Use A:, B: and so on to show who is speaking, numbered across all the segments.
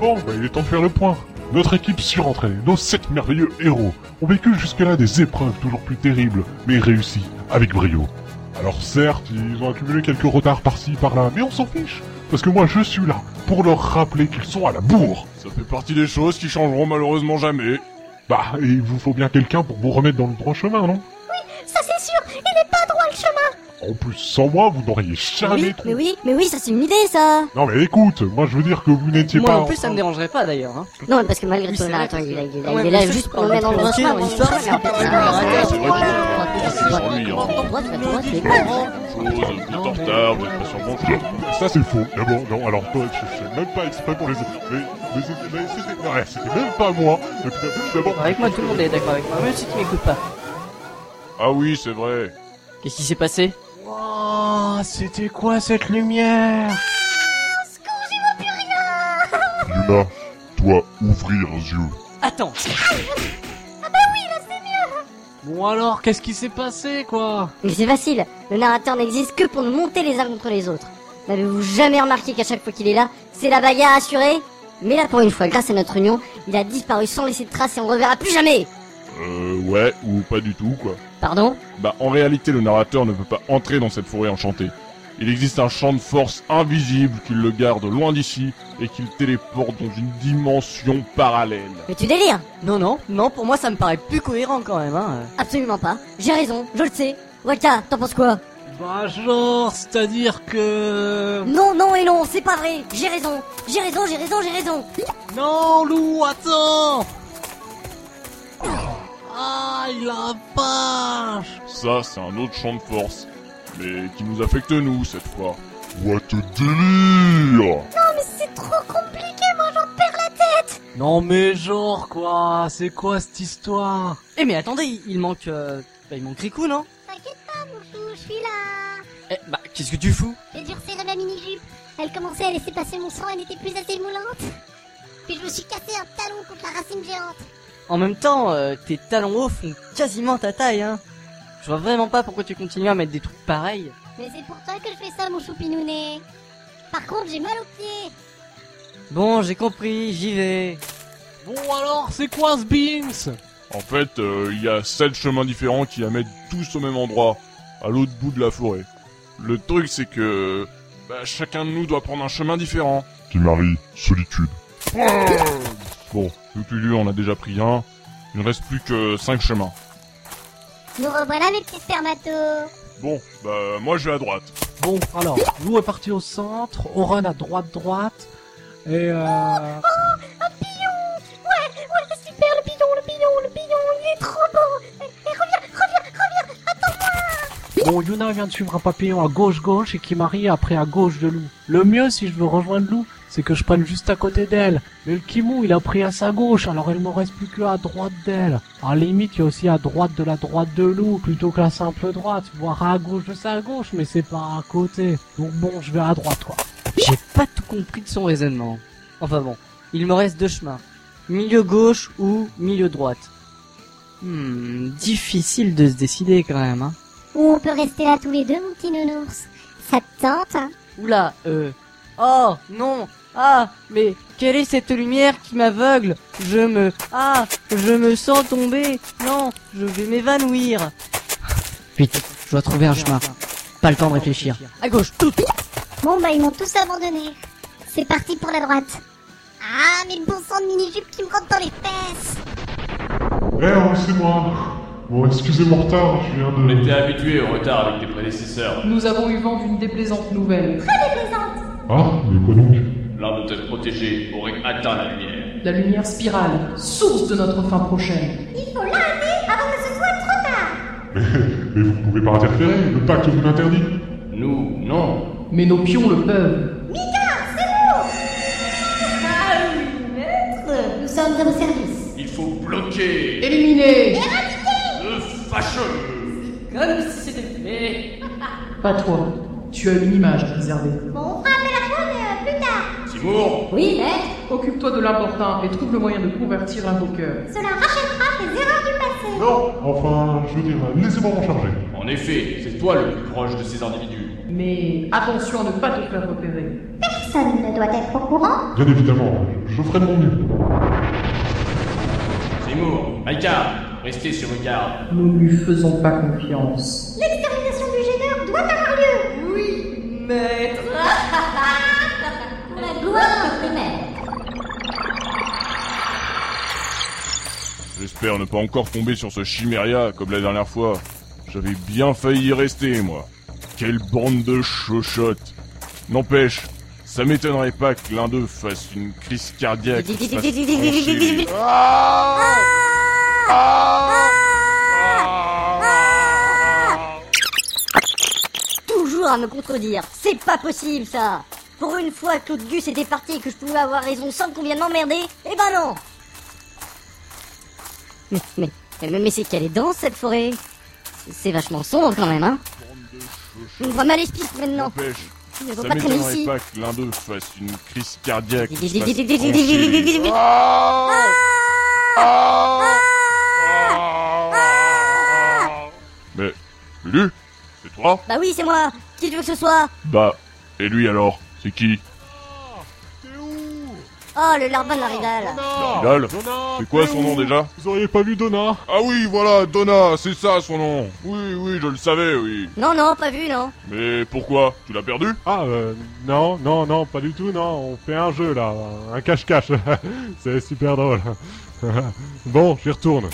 A: Bon, bah, il est temps de faire le point. Notre équipe surentraînée, nos sept merveilleux héros, ont vécu jusque-là des épreuves toujours plus terribles, mais réussies, avec brio. Alors certes, ils ont accumulé quelques retards par-ci, par-là, mais on s'en fiche, parce que moi je suis là pour leur rappeler qu'ils sont à la bourre.
B: Ça fait partie des choses qui changeront malheureusement jamais.
A: Bah, et il vous faut bien quelqu'un pour vous remettre dans le droit chemin, non
C: Ça c'est sûr, il n'est pas droit le chemin
A: En plus, sans moi, vous n'auriez jamais
D: oui,
A: trouvé...
D: mais oui, mais oui, ça c'est une idée ça.
A: Non mais écoute, moi je veux dire que vous n'étiez
E: Moi
A: pas...
E: non plus, ça me dérangerait pas d'ailleurs. hein.
D: Non, mais parce que malgré
E: Oui,
D: tout,
E: c'est
D: là,
E: vrai,
D: attends,
E: parce
D: il,
E: que-
D: est- il est-
E: Ah ouais,
D: il est là
E: parce que
D: juste
E: c'est
D: pour le mettre dans le droit
E: compliqué,
D: chemin,
E: hein,
D: on sort,
E: l'histoire,
D: mais en fait, c'est
E: c'est pas
D: un
E: mal.
D: ratage.
E: C'est
B: vrai
A: Ça c'est faux. Mais bon, non, alors toi, je fais même pas exprès pour les... Mais, mais c'était... mais c'était- ouais, c'était même pas moi. Et puis, D'abord...
E: Avec moi, tout le monde est d'accord avec moi, même si tu m'écoutes pas.
B: Ah oui, c'est vrai.
E: Qu'est-ce qui s'est passé
F: Oh, c'était quoi cette lumière
A: Luna doit ouvrir les yeux.
E: Attends Ah, bah hein.
F: Bon alors, qu'est-ce qui s'est passé, quoi
D: Mais c'est facile, le narrateur n'existe que pour nous monter les uns contre les autres. N'avez-vous jamais remarqué qu'à chaque fois qu'il est là, c'est la bagarre assurée Mais là pour une fois, grâce à notre union, il a disparu sans laisser de traces et on le reverra plus jamais
B: Euh, ouais, ou pas du tout, quoi.
D: Pardon
B: Bah, en réalité, le narrateur ne peut pas entrer dans cette forêt enchantée. Il existe un champ de force invisible qui le garde loin d'ici et qui le téléporte dans une dimension parallèle.
D: Mais tu délires
E: Non, non, non, pour moi, ça me paraît plus cohérent quand même, hein.
D: Absolument pas, j'ai raison, je le sais. Waka, t'en penses quoi
F: Bah genre, c'est-à-dire que...
D: Non, non et non, c'est pas vrai, j'ai raison, j'ai raison, j'ai raison, j'ai raison
F: Non, Lou, attends Ah, Aïe, la vache
B: Ça, c'est un autre champ de force, mais qui nous affecte nous cette fois.
A: What a délire
C: C'est trop compliqué, moi j'en
F: Non mais genre, quoi C'est quoi cette histoire
E: Eh, mais attendez, il il manque. euh, Bah, il manque Riku, non
C: T'inquiète pas, mon chou, je suis là
E: Eh, bah, qu'est-ce que tu fous
C: J'ai dû resserrer ma mini-jupe. Elle commençait à laisser passer mon sang, elle n'était plus assez moulante. Puis je me suis cassé un talon contre la racine géante.
E: En même temps, euh, tes talons hauts font quasiment ta taille, hein. Je vois vraiment pas pourquoi tu continues à mettre des trucs pareils.
C: Mais c'est pour toi que je fais ça, mon choupinounet. Par contre, j'ai mal aux pieds.
E: Bon, j'ai compris, j'y vais.
F: Bon alors, c'est quoi ce Beams
B: En fait, euh, il y a sept chemins différents qui amènent tous au même endroit, à l'autre bout de la forêt. Le truc, c'est que bah, chacun de nous doit prendre un chemin différent.
A: Qui marie solitude.
B: Bon, vu que lui, on a déjà pris un, il ne reste plus que cinq chemins.
C: Nous revoilà, mes petits spermatos. Oh,
B: Bon, bah moi je vais à droite.
F: Bon, alors, Lou est parti au centre, Oren à droite-droite, et euh...
C: Super, le bidon, le bidon, le bidon, il est trop beau. Et reviens, reviens, reviens.
F: Bon, Yuna vient de suivre un papillon à gauche-gauche et Kimari après à gauche de Lou. Le mieux, si je veux rejoindre Lou, c'est que je prenne juste à côté d'elle. Mais le Kimou, il a pris à sa gauche, alors il me reste plus que à droite d'elle. À la limite, il y a aussi à droite de la droite de Lou, plutôt que la simple droite, voire à gauche de sa gauche, mais c'est pas à côté. Donc bon, je vais à droite, quoi.
E: J'ai pas tout compris de son raisonnement. Enfin bon, il me reste deux chemins. Milieu gauche ou milieu droite. Hmm, difficile de se décider quand même, hein.
C: Ou on peut rester là tous les deux, mon petit nounours. Ça te tente, hein
E: Oula, euh... Oh, non Ah, mais quelle est cette lumière qui m'aveugle Je me... Ah, je me sens tomber Non, je vais m'évanouir Vite, je dois trouver un chemin. Pas le temps de réfléchir. À gauche, tout
C: Bon bah ils m'ont tous abandonné. C'est parti pour la droite. Ah mais le bon sang de mini-jupe qui me rentre dans les fesses
A: Eh oh, c'est moi Bon, excusez mon retard, je viens
G: On était
A: de...
G: habitué au retard avec tes prédécesseurs.
H: Nous avons eu vent d'une déplaisante nouvelle.
A: Ah, mais quoi donc
G: L'un de tes protégés aurait atteint la lumière.
H: La lumière spirale, source de notre fin prochaine.
C: Il faut l'arrêter avant que ce soit trop tard
A: mais, mais vous pouvez pas interférer, le pacte vous l'interdit.
G: Nous, non.
H: Mais nos pions le peuvent.
C: Nous sommes à vos services.
G: Il faut bloquer
H: Éliminé
G: le fâcheux.
E: Comme si c'était fait
H: Pas toi. Tu as une image réservée.
C: Bon on fera appel à toi mais euh, plus tard
G: Timour,
D: Oui, maître
H: Occupe-toi de l'important et trouve le moyen de convertir un poker.
C: Cela rachètera les erreurs du passé.
A: Non Enfin, je veux dire, laissez-moi m'en charger.
G: En effet, c'est toi le plus proche de ces individus.
H: Mais attention à ne pas te faire repérer.
C: Personne ne doit être au courant.
A: Bien évidemment, je, je ferai de mon mieux.
G: Seymour, Maïka, restez sur vos gardes.
H: Nous ne lui faisons pas confiance.
C: L'extermination du gêneur doit avoir lieu.
H: Oui, maître.
D: Pour la gloire de primaire.
B: J'espère ne pas encore tomber sur ce chiméria comme la dernière fois. J'avais bien failli y rester, moi. Quelle bande de chochottes N'empêche, ça m'étonnerait pas que l'un d'eux fasse une crise cardiaque. se fasse trancher. Ah Ah Ah
D: Toujours à me contredire. C'est pas possible, ça. Pour une fois, Claude Gus était parti et que je pouvais avoir raison sans qu'on vienne m'emmerder, eh ben non. Mais, mais, mais, mais c'est qu'elle est dense, cette forêt. C'est vachement sombre, quand même, hein.
B: Bande de
D: Je me
B: chochottes.
D: vois mal les pistes, maintenant.
B: N'empêche,
D: Je ne
B: ça
D: vois pas traîner
B: m'étonnerait
D: ici.
B: pas que l'un d'eux fasse une crise cardiaque. se fasse trancher.
D: Ah
B: Ah Ah Mais, Lulu, c'est toi
D: Bah oui, c'est moi. Qui tu veux que ce soit
B: Bah, et lui alors C'est qui
A: T'es où
D: Oh, le larbin de la rivale.
A: Ah,
B: Dal C'est quoi son nom déjà
A: Vous auriez pas vu Donna
B: Ah oui, voilà, Donna, c'est ça son nom Oui, oui, je le savais, oui.
D: Non, non, pas vu, non.
B: Mais pourquoi Tu l'as perdu
A: Ah, euh, non, non, non, pas du tout, non, on fait un jeu là, un cache-cache. C'est super drôle. bon, j'y retourne.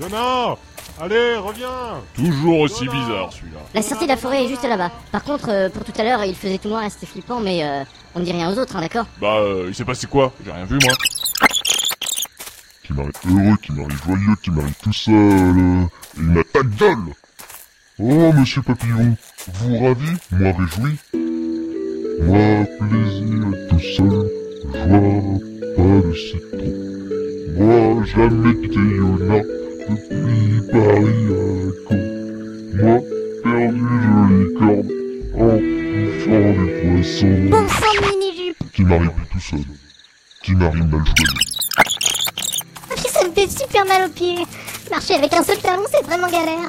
A: Donna Allez, reviens
B: Toujours aussi
A: Donna
B: bizarre celui-là.
D: La sortie de la forêt est juste là-bas. Par contre, euh, pour tout à l'heure, il faisait tout noir et c'était flippant, mais euh, on ne dit rien aux autres, hein, d'accord
B: Bah, euh, il s'est passé quoi J'ai rien vu moi.
I: qui m'arrive heureux, qui m'arrive joyeux, qui m'arrive tout seul. euh, et il m'attaque gueule Oh, monsieur Papillon, vous ravi, moi réjoui. Moi, plaisir tout seul, joie, pas de si trop. Moi, jamais quitté Yona, depuis Paris à Caen. Moi, perdu joli corde, en bouffant des poissons
C: Bon sang de mini-jupe.
I: qui m'arrive plus tout seul, qui m'arrive mal joyeux.
C: Ça me fait super mal aux pieds. Marcher avec un seul talon, c'est vraiment galère.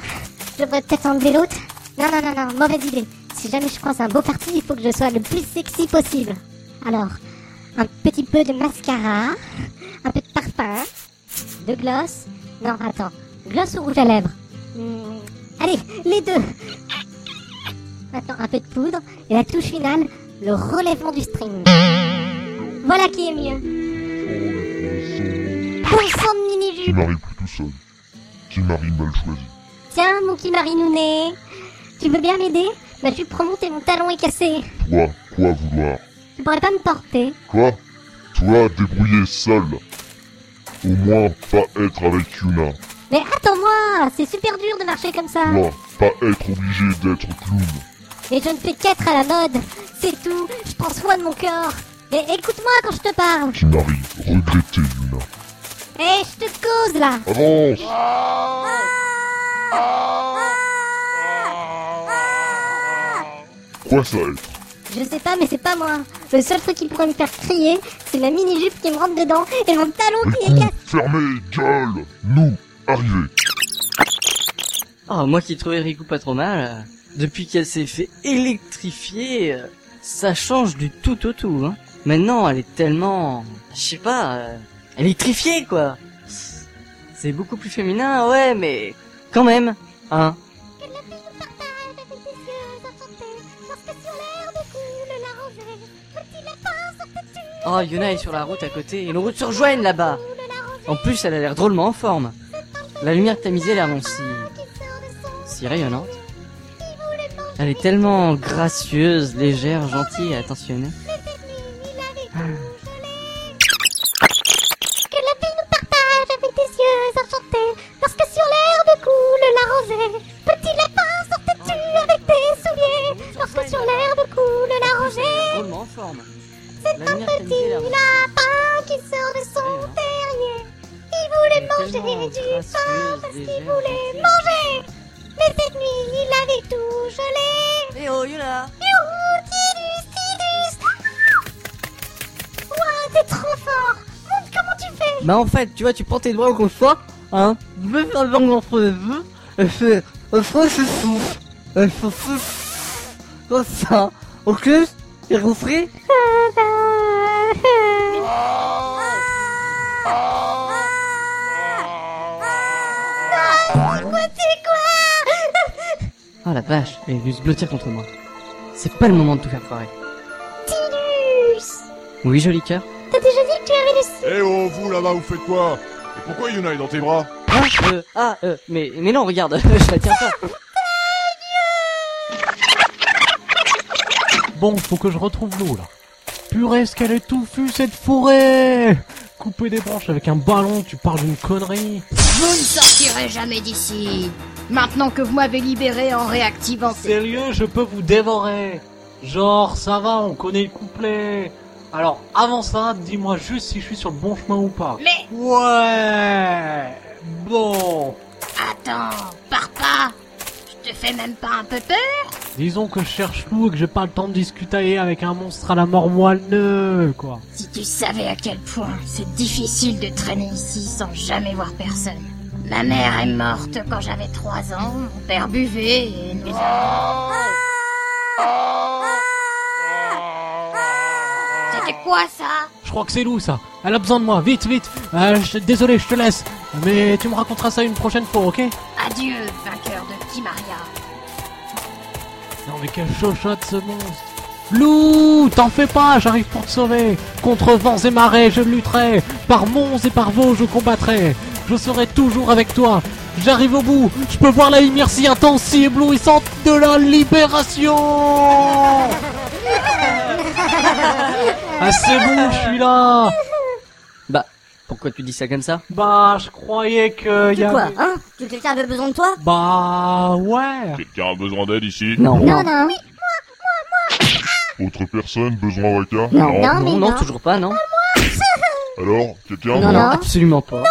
C: Je devrais peut-être enlever l'autre. Non, non, non, non, mauvaise idée. Si jamais je croise un beau parti, il faut que je sois le plus sexy possible. Alors, un petit peu de mascara, un peu de parfum, hein. de gloss. Non, attends, gloss ou rouge à lèvres Hmm, Allez, les deux. Maintenant, un peu de poudre et la touche finale, le relèvement du string. Voilà qui est mieux. Bon sang de mini-jupe.
I: qui m'arrive plus tout seul, qui m'arrive mal choisi,
C: Tiens, mon petit marinounet, tu veux bien m'aider Bah, je prends mon et mon talon est cassé.
I: toi, quoi vouloir,
C: Tu pourrais pas me porter
I: quoi Toi, débrouiller seul, au moins pas être avec Yuna,
C: Mais attends-moi, c'est super dur de marcher comme ça.
I: toi, pas être obligé d'être clown,
C: Et je ne fais qu'être à la mode, c'est tout. Je prends soin de mon corps. Et écoute-moi quand je te parle.
I: qui m'arrive regretter Yuna.
C: Eh, je te cause là.
I: Avance
C: Ah.
I: Quoi ça être
C: Je sais pas, mais c'est pas moi. Le seul truc qui pourrait me faire crier, c'est ma mini jupe qui me rentre dedans et mon talon
I: Le
C: qui est
I: coup
C: cassé.
I: fermé, gueule Nous, arrivés
E: Oh, moi qui trouvais Riku pas trop mal, euh, depuis qu'elle s'est fait électrifier, euh, ça change du tout au tout. Hein. Maintenant, elle est tellement, je sais pas, euh, électrifiée quoi. C'est beaucoup plus féminin, ouais, mais quand même, hein. Oh, Yuna est sur la route à côté et nos routes se rejoignent là-bas. En plus, elle a l'air drôlement en forme. La lumière tamisée l'air non si... si rayonnante. Elle est tellement gracieuse, légère, gentille et attentionnée.
C: Que la vie nous partage avec des yeux enchantés, lorsque sur l'herbe coule la rosée. Petit lapin, sortais-tu avec tes souliers, lorsque sur l'herbe coule la rosée.
E: Drôlement en forme. La lumière tamisée
C: Petit
E: l'air
C: lapin qui sort de son
E: rayonnante.
C: terrier, il
E: Elle
C: voulait
E: est
C: manger
E: tellement euh,
C: du
E: gracieuse,
C: pain parce qu'il
E: légère,
C: voulait
E: gentille.
C: manger. Mais cette nuit, il avait tout gelé.
E: Eh oh, Yuna
C: Youhou, Tidus, Tidus. Ouah, Ah, t'es trop fort.
E: Bah en fait, tu vois, tu prends tes doigts comme ça, hein, tu mets ta langue entre les deux, et c'est... Et ça, c'est souffle. Et ça, c'est... Comme ça. Ok T'as compris Oh la vache, elle est venue se blottir contre moi. C'est pas le moment de tout faire foirer.
J: Tinus
E: Oui, joli cœur
J: T'as déjà dit que tu avais le
A: Eh oh, vous là-bas, vous faites quoi Et pourquoi Yuna est dans tes bras
E: Ah, euh, ah, euh, mais, mais non, regarde, je la tiens pas.
F: Bon, faut que je retrouve l'eau, là. Purée, ce qu'elle est touffue, cette forêt Couper des branches avec un ballon, tu parles d'une connerie
C: Vous ne sortirez jamais d'ici. Maintenant que vous m'avez libéré en réactivant ces...
F: Sérieux, je peux vous dévorer Genre, ça va, on connaît le couplet Alors, avant ça, dis-moi juste si je suis sur le bon chemin ou pas.
C: Mais
F: Ouais Bon
C: attends, pars pas Je te fais même pas un peu peur
F: Disons que je cherche loup et que j'ai pas le temps de discuter avec un monstre à la mort moelleux, quoi.
C: Si tu savais à quel point c'est difficile de traîner ici sans jamais voir personne. Ma mère est morte quand j'avais 3 ans, mon père buvait et nous C'était quoi ça
F: Je crois que c'est loup, ça. Elle a besoin de moi, vite, vite Euh, je- Désolé, je te laisse. Mais tu me raconteras ça une prochaine fois, ok
C: Adieu, vainqueur de Kimaria.
F: Non mais quel chochotte ce monstre Loup, t'en fais pas, j'arrive pour te sauver Contre vents et marées, je lutterai Par monts et par veaux, je combattrai Je serai toujours avec toi J'arrive au bout, je peux voir la lumière si intense, si éblouissante de la libération Ah c'est bon, je suis là
E: Bah, pourquoi tu dis ça comme ça
F: Bah, je croyais que... y
D: Tu quoi,
F: avait-
D: hein Que quelqu'un avait besoin de toi
F: Bah, ouais
A: Quelqu'un a besoin d'aide ici
J: Non, non.
K: Autre personne, besoin Waka
E: Non,
J: Non, Ah, mais
E: non,
J: non.
E: toujours pas, non
K: Alors, quelqu'un
J: Non, non.
E: absolument pas.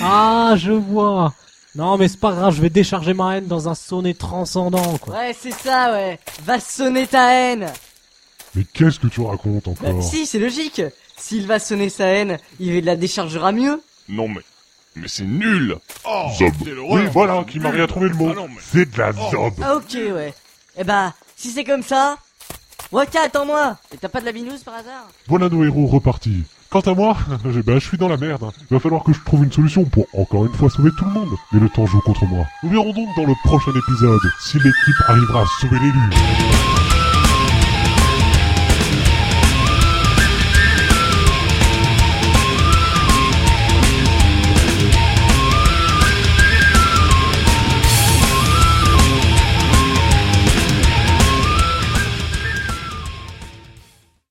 F: Ah, je vois Non mais c'est pas grave, je vais décharger ma haine dans un sonnet transcendant, quoi
E: Ouais, c'est ça, ouais. Va sonner ta haine.
B: Mais qu'est-ce que tu racontes
J: Oh.
E: Bah,
J: Euh,
B: encore
E: Si, c'est logique. S'il va sonner sa haine, il la déchargera mieux.
A: Non mais... Mais c'est nul Oh,
K: Zob.
A: quelle horreur.
B: Oui, voilà, qui m'a rien trouvé le mot.
A: Ah non, mais-
B: C'est de la
A: Oh.
B: zob.
E: Ah, ok, ouais. Eh bah, si c'est comme ça... Waka, attends-moi Et t'as pas de la binouse par hasard
B: Voilà nos héros repartis. Quant à moi, eh ben, je suis dans la merde. Il va falloir que je trouve une solution pour encore une fois sauver tout le monde. Mais le temps joue contre moi. Nous verrons donc dans le prochain épisode si l'équipe arrivera à sauver l'élu.